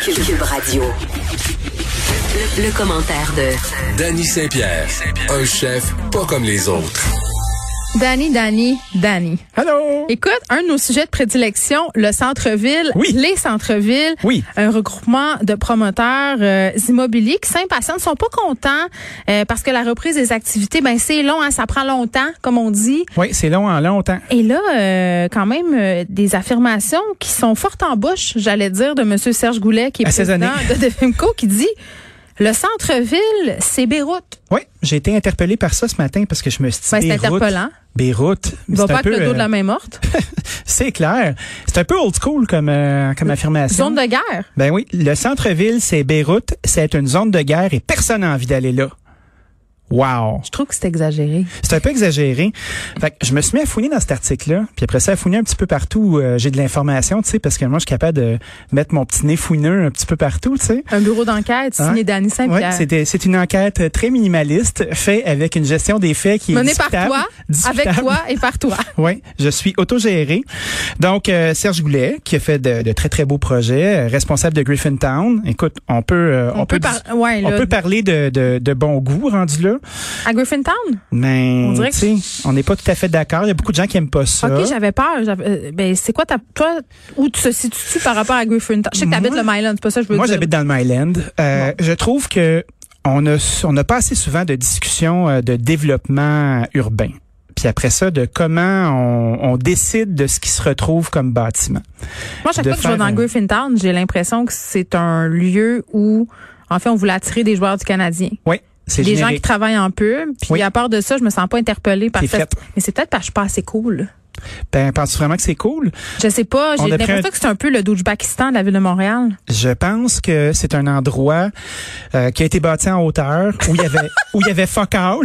Cube Radio. Le, le commentaire de Danny Saint-Pierre, un chef pas comme les autres. Danny, Danny, Danny. Hello! Écoute, un de nos sujets de prédilection, le centre-ville, Oui. les centres-villes, Oui. un regroupement de promoteurs euh, immobiliers qui s'impatientent, sont pas contents euh, parce que la reprise des activités, ben c'est long, hein, ça prend longtemps, comme on dit. Oui, c'est long en longtemps. Et là, euh, quand même, euh, des affirmations qui sont fortes en bouche, j'allais dire, de M. Serge Goulet, qui est À ses président années. de Defimco, qui dit « Le centre-ville, c'est Beyrouth. Oui, j'ai été interpellé par ça ce matin parce que je me suis dit. Ben, c'est Beyrouth, interpellant. Beyrouth. Va c'est pas un avec peu, le dos de euh, la main morte. C'est clair. C'est un peu old school comme, euh, comme affirmation. Zone de guerre. Ben oui, le centre-ville, c'est Beyrouth, c'est une zone de guerre et personne n'a envie d'aller là. Wow! Je trouve que c'est exagéré. C'est un peu exagéré. Fait que je me suis mis à fouiner dans cet article-là, puis après ça, à fouiner un petit peu partout où euh, j'ai de l'information, tu sais, parce que moi, je suis capable de mettre mon petit nez fouineux un petit peu partout, tu sais. Un bureau d'enquête Hein? signé Danny Ouais, Saint-Pierre. c'était- c'est une enquête euh, très minimaliste, faite avec une gestion des faits qui est Mené par discutable, toi, discutable. avec toi et par toi. Oui, je suis autogéré. Donc, euh, Serge Goulet, qui a fait de, de très, très beaux projets, euh, responsable de Griffintown. Écoute, on peut, euh, on peut, dis- par- ouais, on là, peut parler de, de, de bon goût rendu là, à Griffintown. mais On dirait que- tu sais, on n'est pas tout à fait d'accord. Il y a beaucoup de gens qui aiment pas ça. Ok, j'avais peur. j'avais- euh, ben, c'est quoi ta, toi, où tu te situes par rapport à Griffintown? Je sais que t'habites le Myland, c'est pas ça que je veux Moi, dire. j'habite dans le Myland. Euh, Je trouve que on a on n'a pas assez souvent de discussions euh, de développement urbain. Puis après ça, de comment on, on décide de ce qui se retrouve comme bâtiment. Moi, chaque de fois que je vais faire dans un- Griffintown, j'ai l'impression que c'est un lieu où, en fait, on voulait attirer des joueurs du Canadien. Oui, c'est Des gens qui générique. travaillent en pub. Puis Oui. à part de ça, je me sens pas interpellée par T'es ça. faite. Mais c'est peut-être parce que je suis pas assez cool. Ben, penses-tu vraiment que c'est cool? Je sais pas. On J'ai a pris l'impression un- que c'est un peu le Pakistan de la ville de Montréal. Je pense que c'est un endroit euh, qui a été bâti en hauteur où il y avait où il y avait fuck all,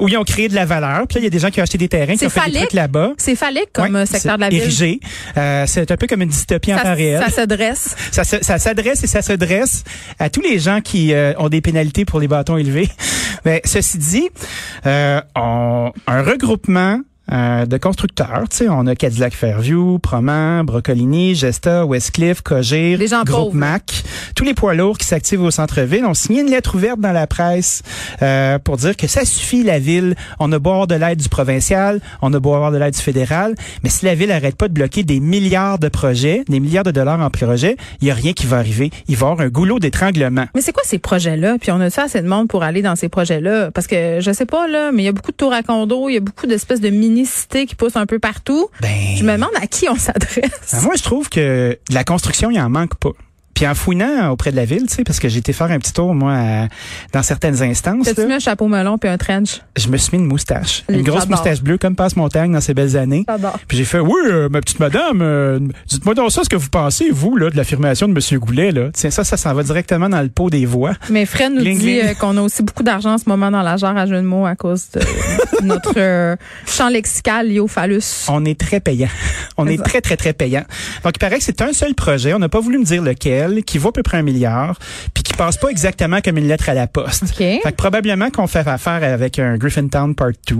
où ils ont créé de la valeur. Puis là, il y a des gens qui ont acheté des terrains, qui C'est ont fait phallique. des trucs là-bas. C'est phallique comme Ouais, euh, secteur c'est de la ville. érigé. Euh, c'est un peu comme une dystopie en temps Ça, réel. ça se dresse. Ça, se- ça s'adresse et ça se dresse à tous les gens qui euh, ont des pénalités pour les bâtons élevés. Mais ceci dit, euh, on- un regroupement euh, de constructeurs, tu sais, on a Cadillac Fairview, Proman, Brocolini, Gesta, Westcliff, Cogir, Les gens Groupe pauvres. hein. Mac, tous les poids lourds qui s'activent au centre-ville ont signé une lettre ouverte dans la presse euh, pour dire que ça suffit la ville, on a beau avoir de l'aide du provincial, on a beau avoir de l'aide du fédéral, mais si la ville arrête pas de bloquer des milliards de projets, des milliards de dollars en projets, il y a rien qui va arriver, il va y avoir un goulot d'étranglement. Mais c'est quoi ces projets-là? Puis on a ça assez de monde pour aller dans ces projets-là? Parce que je sais pas, là, mais il y a beaucoup de tours à condos, il y a beaucoup d'espèces de mini-cités qui poussent un peu partout. Ben, Je me demande à qui on s'adresse. Ben, moi, je trouve que de la construction, il en manque pas. Puis en fouinant auprès de la ville, tu sais, parce que j'ai été faire un petit tour, moi, à- dans certaines instances, T'as-tu là, mis un chapeau melon puis un trench? je me suis mis une moustache. Les Une grosse j'adore. moustache bleue, comme Passe Montagne dans ses belles années. J'adore. Puis j'ai fait, oui, euh, ma petite madame, euh, dites-moi donc ça, ce que vous pensez, vous, là, de l'affirmation de Monsieur Goulet, là. Tiens, ça, ça s'en va directement dans le pot des voix. Mais Fred nous Gling, dit gling. euh, qu'on a aussi beaucoup d'argent en ce moment dans la genre à jeu de mots à cause de notre euh, champ lexical lié au phallus. On est très payant. On est Exact. très, très, très payant. Donc, il paraît que c'est un seul projet. On n'a pas voulu me dire lequel, qui vaut à peu près un milliard, puis qui passe pas exactement comme une lettre à la poste. OK. Fait que probablement qu'on fait affaire avec un Griffintown Part 2,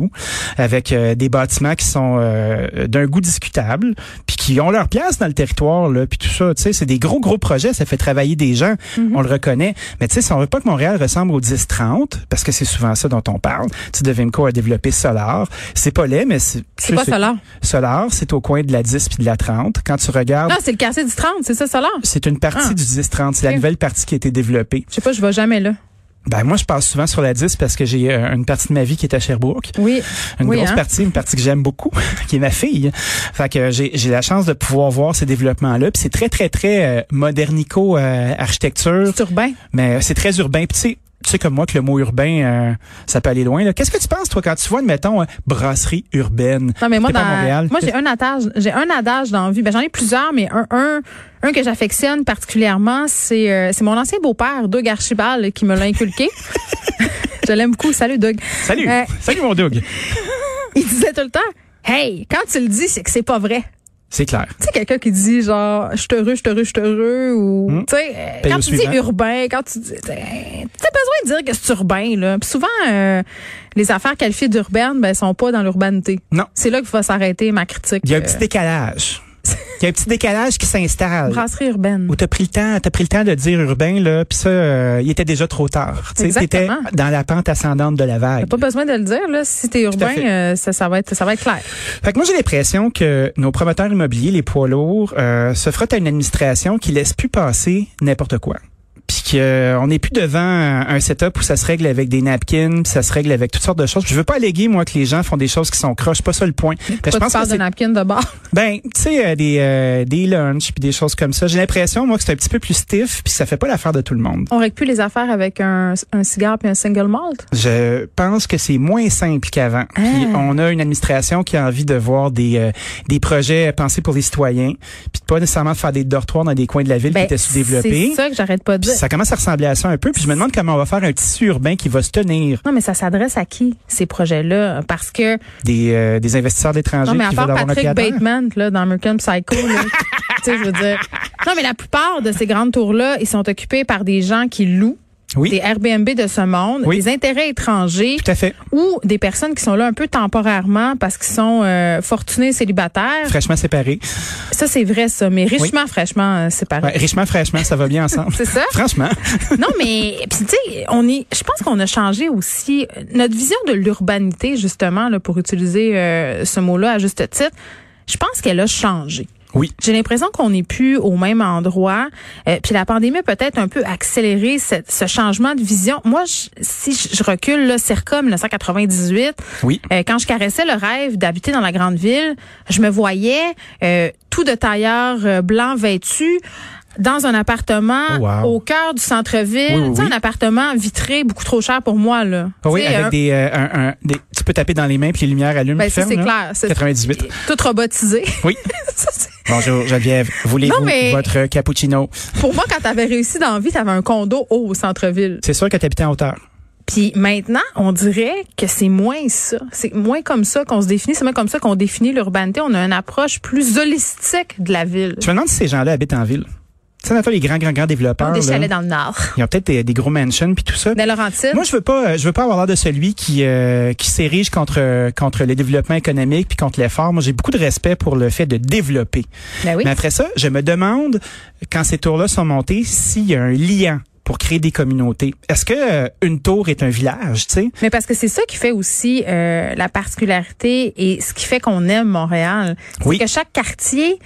avec euh, des bâtiments qui sont euh, d'un goût discutable, puis qui ont leur place dans le territoire, là, puis tout ça. Tu sais, c'est des gros, gros projets, ça fait travailler des gens, Mhm. on le reconnaît. Mais tu sais, si on veut pas que Montréal ressemble au 10-30, parce que c'est souvent ça dont on parle, tu sais, Devimco a développé Solar. C'est pas laid, mais c'est... C'est pas Solar. Solar, c'est au coin de la 10 puis de la 30. Quand tu regardes... Non, c'est le quartier du 30, c'est ça, Solar? C'est une partie Ah. du 10-30, c'est la Ok. nouvelle partie qui a été développée. Je sais pas, je vais jamais là. Ben moi, je passe souvent sur la 10 parce que j'ai euh, une partie de ma vie qui est à Sherbrooke. Oui. Une Oui, grosse hein? partie, une partie que j'aime beaucoup, qui est ma fille. Fait que euh, j'ai j'ai la chance de pouvoir voir ces développements-là. Puis c'est très, très, très euh, modernico euh, architecture, C'est urbain. mais euh, c'est très urbain. Puis tu sais, tu sais comme moi que le mot urbain, euh, ça peut aller loin. là. Qu'est-ce que tu penses, toi, quand tu vois, mettons, brasserie urbaine? Non, mais moi, T'es pas à dans- Montréal. moi j'ai un adage, j'ai un adage dans la vie. Ben, j'en ai plusieurs, mais un, un, un que j'affectionne particulièrement, c'est, euh, c'est mon ancien beau-père, Doug Archibald, qui me l'a inculqué. Je l'aime beaucoup. Salut, Doug. Salut! Euh, Salut, mon Doug! il disait tout le temps, hey, quand tu le dis, c'est que c'est pas vrai. C'est clair. Tu sais, quelqu'un qui dit genre, je suis heureux, je suis heureux, je suis heureux, ou, tu sais, euh, Hmm. Paye quand au tu dis suivant. urbain, quand tu dis, t'as t'as besoin de dire que c'est urbain, là. Puis souvent, euh, les affaires qualifiées d'urbaines, ben, sont pas dans l'urbanité. Non. C'est là qu'il faut s'arrêter, ma critique. Il y a un euh, petit décalage. Il y a un petit décalage qui s'installe. Brasserie urbaine. Où t'as pris le temps, t'as pris le temps de dire urbain là, puis ça, euh, il était déjà trop tard. Tu sais, t'étais Exactement. dans la pente ascendante de la vague. T'as pas besoin de le dire, là. Si t'es Tout à urbain, fait. euh, ça, ça va être, ça va être clair. Fait que moi, j'ai l'impression que nos promoteurs immobiliers, les poids lourds, euh, se frottent à une administration qui laisse plus passer n'importe quoi. Puis qu'on n'est plus devant un un setup où ça se règle avec des napkins, puis ça se règle avec toutes sortes de choses. Je veux pas alléguer, moi, que les gens font des choses qui sont croches, pas ça le point. Mais Ben, je Pas de pense que part de c'est... napkin de bord. Ben, tu sais, euh, des, euh, des lunchs, puis des choses comme ça. J'ai l'impression, moi, que c'est un petit peu plus stiff, puis ça fait pas l'affaire de tout le monde. On règle plus les affaires avec un, un cigare puis un single malt. Je pense que c'est moins simple qu'avant. Puis Ah. on a une administration qui a envie de voir des euh, des projets pensés pour les citoyens, puis de pas nécessairement faire des dortoirs dans des coins de la ville qui étaient sous-développés. Ben, c'est ça que j'arrête pas de Puis dire. ça commence à ressembler à ça un peu. Puis je me demande comment on va faire un tissu urbain qui va se tenir Non, mais ça s'adresse à qui, ces projets-là? Parce que, des, euh, des investisseurs d'étrangers non, mais à qui veulent part avoir un pied Patrick à terre. Bateman, là, dans American Psycho, là, tu sais, je veux dire. Non, mais la plupart de ces grandes tours-là, ils sont occupés par des gens qui louent. Oui. Des Airbnb de ce monde, Oui. des intérêts étrangers Tout à fait. ou des personnes qui sont là un peu temporairement parce qu'ils sont euh, fortunés célibataires. Fraîchement séparés. Ça, c'est vrai, ça, mais richement, fraîchement, euh, c'est pareil. Ouais, richement, fraîchement, ça va bien ensemble. C'est ça? Franchement. non, mais puis, tu sais, on est. Je pense qu'on a changé aussi euh, notre vision de l'urbanité, justement, là, pour utiliser euh, ce mot-là à juste titre. Je pense qu'elle a changé. Oui. J'ai l'impression qu'on n'est plus au même endroit. Euh, puis la pandémie a peut-être un peu accéléré cette- ce changement de vision. Moi, je- si je, je recule, là, circa 1998, Oui. euh, quand je caressais le rêve d'habiter dans la grande ville, je me voyais euh, tout de tailleur euh, blanc vêtu dans un appartement Oh, wow. au cœur du centre-ville. Oui, oui, Tu sais, oui. un appartement vitré beaucoup trop cher pour moi. Là. Oui, Tu sais, avec un- des, euh, un- un- des- tu peux taper dans les mains puis les lumières allument. ben, puis ça, c'est ferment, là. clair. C'est- 98. Tout robotisé. Oui. Ça, c'est- Bonjour Geneviève, voulez-vous Non, mais- votre cappuccino? pour moi, quand t'avais réussi dans la vie, t'avais un condo haut au centre-ville. C'est sûr que t'habitais en hauteur. Puis maintenant, on dirait que c'est moins ça. C'est moins comme ça qu'on se définit. C'est moins comme ça qu'on définit l'urbanité. On a une approche plus holistique de la ville. Je me demande si ces gens-là habitent en ville. Tu sais, Nathan, les grands, grands, grands On développeurs, des là, chalets dans le nord. ils ont peut-être des, des gros mansions puis tout ça. Dans Laurentide. Moi, je veux pas, euh, je veux pas avoir l'air de celui qui euh, qui s'érige contre euh, contre le développement économique puis contre l'effort. Moi, j'ai beaucoup de respect pour le fait de développer. ben oui. Mais après ça, je me demande quand ces tours-là sont montées s'il y a un lien pour créer des communautés. Est-ce que euh, une tour est un village, tu sais? Mais parce que c'est ça qui fait aussi euh, la particularité et ce qui fait qu'on aime Montréal. Oui. C'est que chaque quartier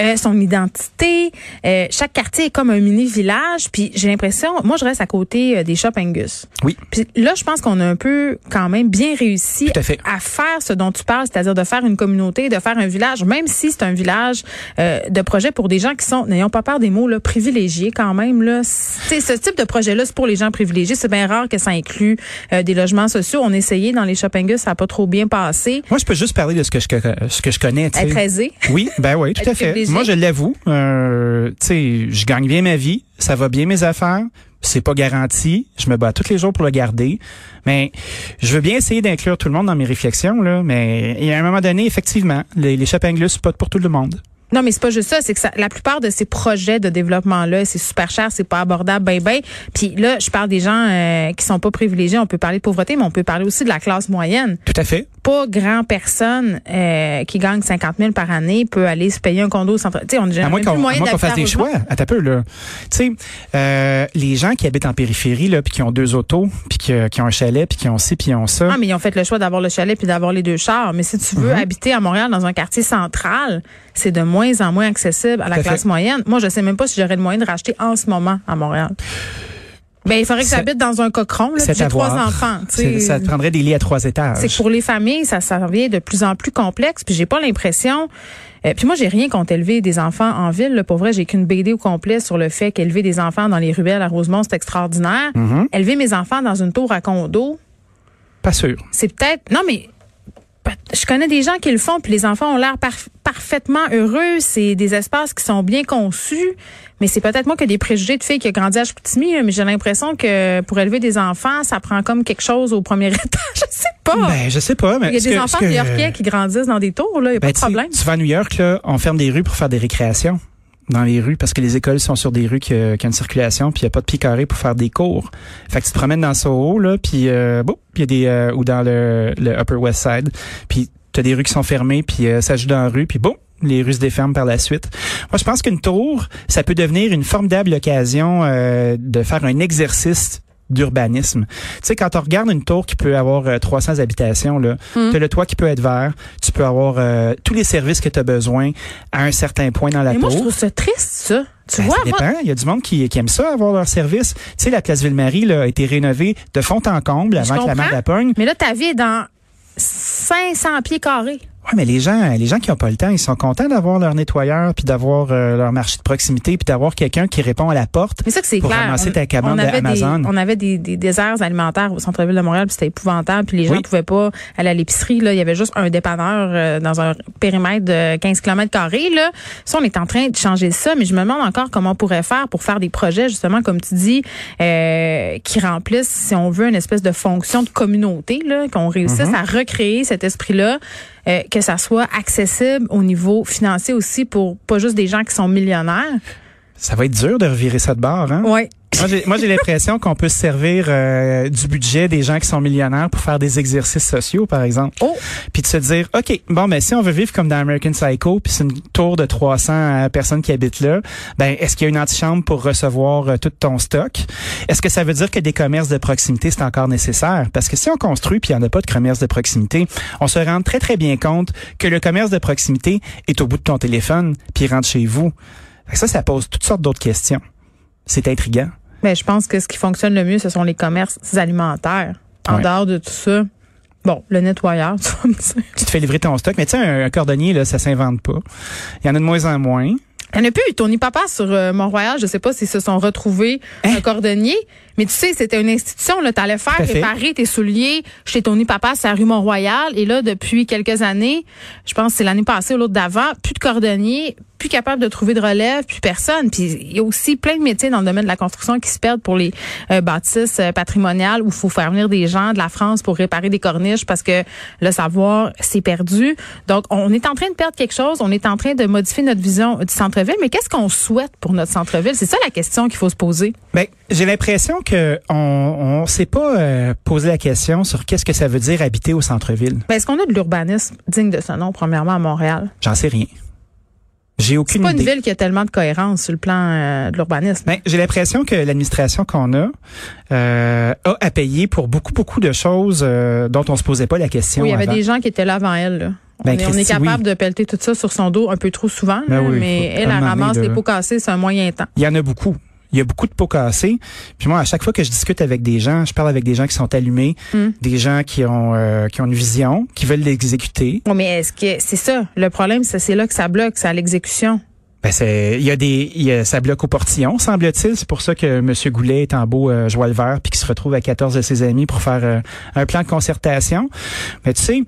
euh, son identité, euh, chaque quartier est comme un mini village, puis j'ai l'impression, moi je reste à côté euh, des Shop Angus. Oui. Puis là, je pense qu'on a un peu quand même bien réussi Tout à fait. faire ce dont tu parles, c'est-à-dire de faire une communauté, de faire un village, même si c'est un village euh, de projet pour des gens qui sont, n'ayons pas peur des mots, là, privilégiés quand même. Là. C'est, ce type de projet-là, c'est pour les gens privilégiés. C'est bien rare que ça inclue euh, des logements sociaux. On essayait dans les Shoppingus, ça n'a pas trop bien passé. Moi, je peux juste parler de ce que je ce que je connais. tu sais. Être aisé. Oui, ben oui, Être tout à fait. privilégié. Moi, je l'avoue. Euh, tu sais, je gagne bien ma vie, ça va bien mes affaires. C'est pas garanti. Je me bats tous les jours pour le garder. Mais je veux bien essayer d'inclure tout le monde dans mes réflexions, là. Mais il y a un moment donné, effectivement, les, les Chapin Glus, c'est pas pour tout le monde. Non, mais c'est pas juste ça. C'est que ça- la plupart de ces projets de développement-là, c'est super cher, c'est pas abordable, ben, ben. Puis là, je parle des gens euh, qui sont pas privilégiés. On peut parler de pauvreté, mais on peut parler aussi de la classe moyenne. Tout à fait. pas grand personne euh, qui gagne 50 000 par année peut aller se payer un condo sans... Tu sais, on n'a À même moins plus qu'on à moyen moins qu'on fasse d'habiter des en choix. logement. À peu, là. Tu sais, euh, les gens qui habitent en périphérie, là, puis qui ont deux autos, puis que- qui ont un chalet, puis qui ont ci, puis qui ont ça. Ah, mais ils ont fait le choix d'avoir le chalet puis d'avoir les deux chars. Mais si tu veux Mhm. habiter à Montréal dans un quartier central, c'est de moins en moins accessible à la Tout à classe fait. moyenne. Moi, je sais même pas si j'aurais le moyen de racheter en ce moment à Montréal. Ben, il faudrait que C'est- j'habite dans un cochon, là, puis c'est j'ai à trois voir. enfants. tu sais. C'est- Ça te prendrait des lits à trois étages. C'est que pour les familles, ça, ça devient de plus en plus complexe. Puis j'ai pas l'impression. euh, puis moi, j'ai rien contre élever des enfants en ville. Là. Pour vrai, j'ai qu'une BD au complet sur le fait qu'élever des enfants dans les ruelles à Rosemont, c'est extraordinaire. Mhm. Élever mes enfants dans une tour à condo, Pas sûr. c'est peut-être. Non, mais peut- je connais des gens qui le font, puis les enfants ont l'air parf- parfaitement heureux. C'est des espaces qui sont bien conçus. Mais c'est peut-être moi qui ai des préjugés de filles qui a grandi à Chicoutimi, hein, mais j'ai l'impression que pour élever des enfants, ça prend comme quelque chose au premier étage. Je sais pas. Ben, je sais pas, mais. Ah! Il hein, y a ce des que- enfants ce que- new-yorkais qui grandissent dans des tours, là. Il n'y a Ben, pas de tu sais, problème. Tu vas à New York, là, on ferme des rues pour faire des récréations dans les rues parce que les écoles sont sur des rues qui, euh, qui ont une circulation puis il y a pas de pied carré pour faire des cours. Fait que tu te promènes dans Soho là puis euh, bon, puis il y a des euh, ou dans le, le Upper West Side puis t'as des rues qui sont fermées puis euh, ça joue dans la rue puis bon, les Russes des fermes par la suite. Moi, je pense qu'une tour, ça peut devenir une formidable occasion euh, de faire un exercice d'urbanisme. Tu sais, quand on regarde une tour qui peut avoir euh, 300 habitations, là, Hmm. t'as le toit qui peut être vert, tu peux avoir euh, tous les services que tu as besoin à un certain point dans la Mais tour. moi, je trouve ça triste, ça. Tu Ben, vois, ça moi- dépend. Il y a du monde qui, qui aime ça, avoir leur service. Tu sais, la place Ville-Marie là, a été rénovée de fond en comble Je avant que la comprends. mer la pogne. mais là, ta vie est dans 500 pieds carrés. Ouais, mais les gens, les gens qui n'ont pas le temps, ils sont contents d'avoir leur nettoyeur, puis d'avoir euh, leur marché de proximité, puis d'avoir quelqu'un qui répond à la porte. Mais ça que c'est Pour clair. ramasser ta commande avait d'Amazon. Des, on avait des, des déserts alimentaires au centre-ville de Montréal, puis c'était épouvantable, puis les gens Oui. pouvaient pas aller à l'épicerie là, il y avait juste un dépanneur euh, dans un périmètre de 15 km carrés là. Ça on est en train de changer ça, mais je me demande encore comment on pourrait faire pour faire des projets justement comme tu dis euh, qui remplissent si on veut une espèce de fonction de communauté là, qu'on réussisse Mm-hmm. à recréer cet esprit-là. euh, que ça soit accessible au niveau financier aussi pour pas juste des gens qui sont millionnaires. Ça va être dur de revirer ça de bord, hein? Ouais. Moi, j'ai- Moi, j'ai l'impression qu'on peut se servir euh, du budget des gens qui sont millionnaires pour faire des exercices sociaux, par exemple. Oh. Puis de se dire, OK, bon, mais si on veut vivre comme dans American Psycho, puis c'est une tour de 300 personnes qui habitent là, ben est-ce qu'il y a une antichambre pour recevoir euh, tout ton stock? Est-ce que ça veut dire que des commerces de proximité, c'est encore nécessaire? Parce que si on construit, puis il n'y en a pas de commerce de proximité, on se rend très, très bien compte que le commerce de proximité est au bout de ton téléphone, puis il rentre chez vous. Fait que Ça, ça pose toutes sortes d'autres questions. C'est intriguant. Mais je pense que ce qui fonctionne le mieux, ce sont les commerces alimentaires. En Ouais. dehors de tout ça, bon, le nettoyeur, tu vas me dire. tu te fais livrer ton stock. Mais tu sais, un, un cordonnier, là, ça s'invente pas. Il y en a de moins en moins. Il n'y en a plus. Tony Papa sur euh, Mont-Royal, je sais pas s'ils se sont retrouvés un cordonnier, mais tu sais, c'était une institution. Tu allais faire Hein? Tout à fait. réparer tes souliers chez Tony Papa sur la rue Mont-Royal. Et là, depuis quelques années, je pense que c'est l'année passée ou l'autre d'avant, plus de cordonniers, plus capable de trouver de relève, plus personne. Puis il y a aussi plein de métiers dans le domaine de la construction qui se perdent pour les euh, bâtisses euh, patrimoniales où il faut faire venir des gens de la France pour réparer des corniches parce que le savoir s'est perdu. Donc, on est en train de perdre quelque chose. On est en train de modifier notre vision du centre-ville. Mais qu'est-ce qu'on souhaite pour notre centre-ville? C'est ça la question qu'il faut se poser. Ben, j'ai l'impression que on, on s'est pas euh, posé la question sur qu'est-ce que ça veut dire habiter au centre-ville. Ben, Est-ce qu'on a de l'urbanisme digne de ce nom, premièrement, à Montréal? J'en sais rien. J'ai C'est aucune pas une idée. ville qui a tellement de cohérence sur le plan euh, de l'urbanisme. Ben, j'ai l'impression que l'administration qu'on a euh, a à payer pour beaucoup beaucoup de choses euh, dont on se posait pas la question Oui, il y avait avant. des gens qui étaient là avant elle. là. On, Ben, est, on est Christy, capable de pelleter tout ça sur son dos un peu trop souvent, Ben là, oui, mais faut- elle, elle à un moment ramasse donné, les là. pots cassés, c'est un moyen temps. Il y en a beaucoup. Il y a beaucoup de pots cassés. Puis moi, à chaque fois que je discute avec des gens, je parle avec des gens qui sont allumés, Hum. des gens qui ont euh, qui ont une vision, qui veulent l'exécuter, Oui, mais est-ce que c'est ça? Le problème, c'est c'est là que ça bloque, c'est à l'exécution. Ben c'est, il y a des, il y a- ça bloque au portillon, semble-t-il. C'est pour ça que M. Goulet est en beau euh, joie le vert, puis qu'il se retrouve à 14 de ses amis pour faire euh, un plan de concertation. Mais tu sais,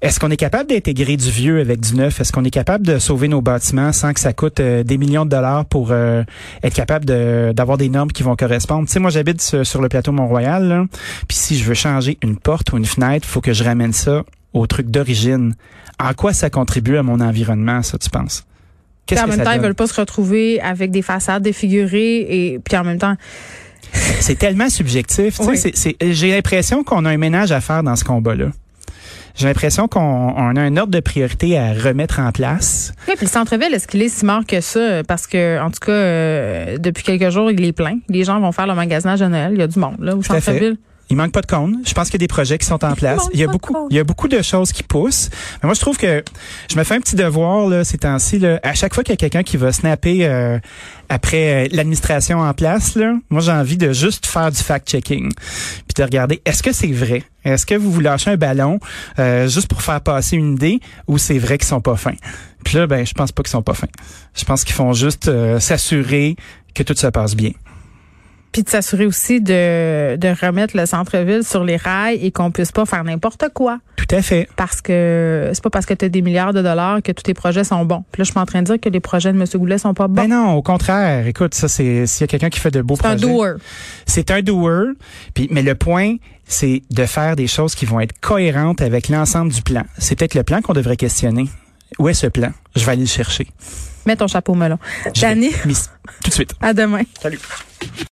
est-ce qu'on est capable d'intégrer du vieux avec du neuf? Est-ce qu'on est capable de sauver nos bâtiments sans que ça coûte euh, des millions de dollars pour euh, être capable de- d'avoir des normes qui vont correspondre? Tu sais, moi, j'habite sur, sur le plateau Mont-Royal, là, puis si je veux changer une porte ou une fenêtre, faut que je ramène ça au truc d'origine. En quoi ça contribue à mon environnement, ça, tu penses? Puis Qu'est-ce en que même ça temps, ils donne? veulent pas se retrouver avec des façades défigurées et puis en même temps, C'est tellement subjectif. tu sais, Oui. c'est- c'est- J'ai l'impression qu'on a un ménage à faire dans ce combat-là. J'ai l'impression qu'on on a un ordre de priorité à remettre en place. Oui, puis le centre-ville, est-ce qu'il est si mort que ça? Parce que, en tout cas, euh, depuis quelques jours, il est plein. Les gens vont faire le magasinage de Noël. Il y a du monde, là, au Tout à fait. centre-ville. Il manque pas de cônes. Je pense qu'il y a des projets qui sont en place. manque Il y a pas de cônes. beaucoup, il y a beaucoup de choses qui poussent. Mais moi, je trouve que je me fais un petit devoir là, ces temps-ci. là. À chaque fois qu'il y a quelqu'un qui va snapper euh, après euh, l'administration en place, là, moi, j'ai envie de juste faire du fact-checking puis de regarder est-ce que c'est vrai. Est-ce que vous vous lâchez un ballon euh, juste pour faire passer une idée ou c'est vrai qu'ils sont pas fins? Puis là, ben, je pense pas qu'ils sont pas fins. Je pense qu'ils font juste euh, s'assurer que tout se passe bien. Puis de s'assurer aussi de, de remettre le centre-ville sur les rails et qu'on puisse pas faire n'importe quoi. Tout à fait. Parce que c'est pas parce que tu as des milliards de dollars que tous tes projets sont bons. Puis là, je suis pas en train de dire que les projets de M. Goulet sont pas bons. Ben non, au contraire. Écoute, ça c'est s'il y a quelqu'un qui fait de beaux c'est un projets. doer. C'est un doer. Puis mais le point c'est de faire des choses qui vont être cohérentes avec l'ensemble du plan. C'est peut-être le plan qu'on devrait questionner. Où est ce plan Je vais aller le chercher. Mets ton chapeau melon. Je vais- Dani, Miss- tout de suite. à demain. Salut.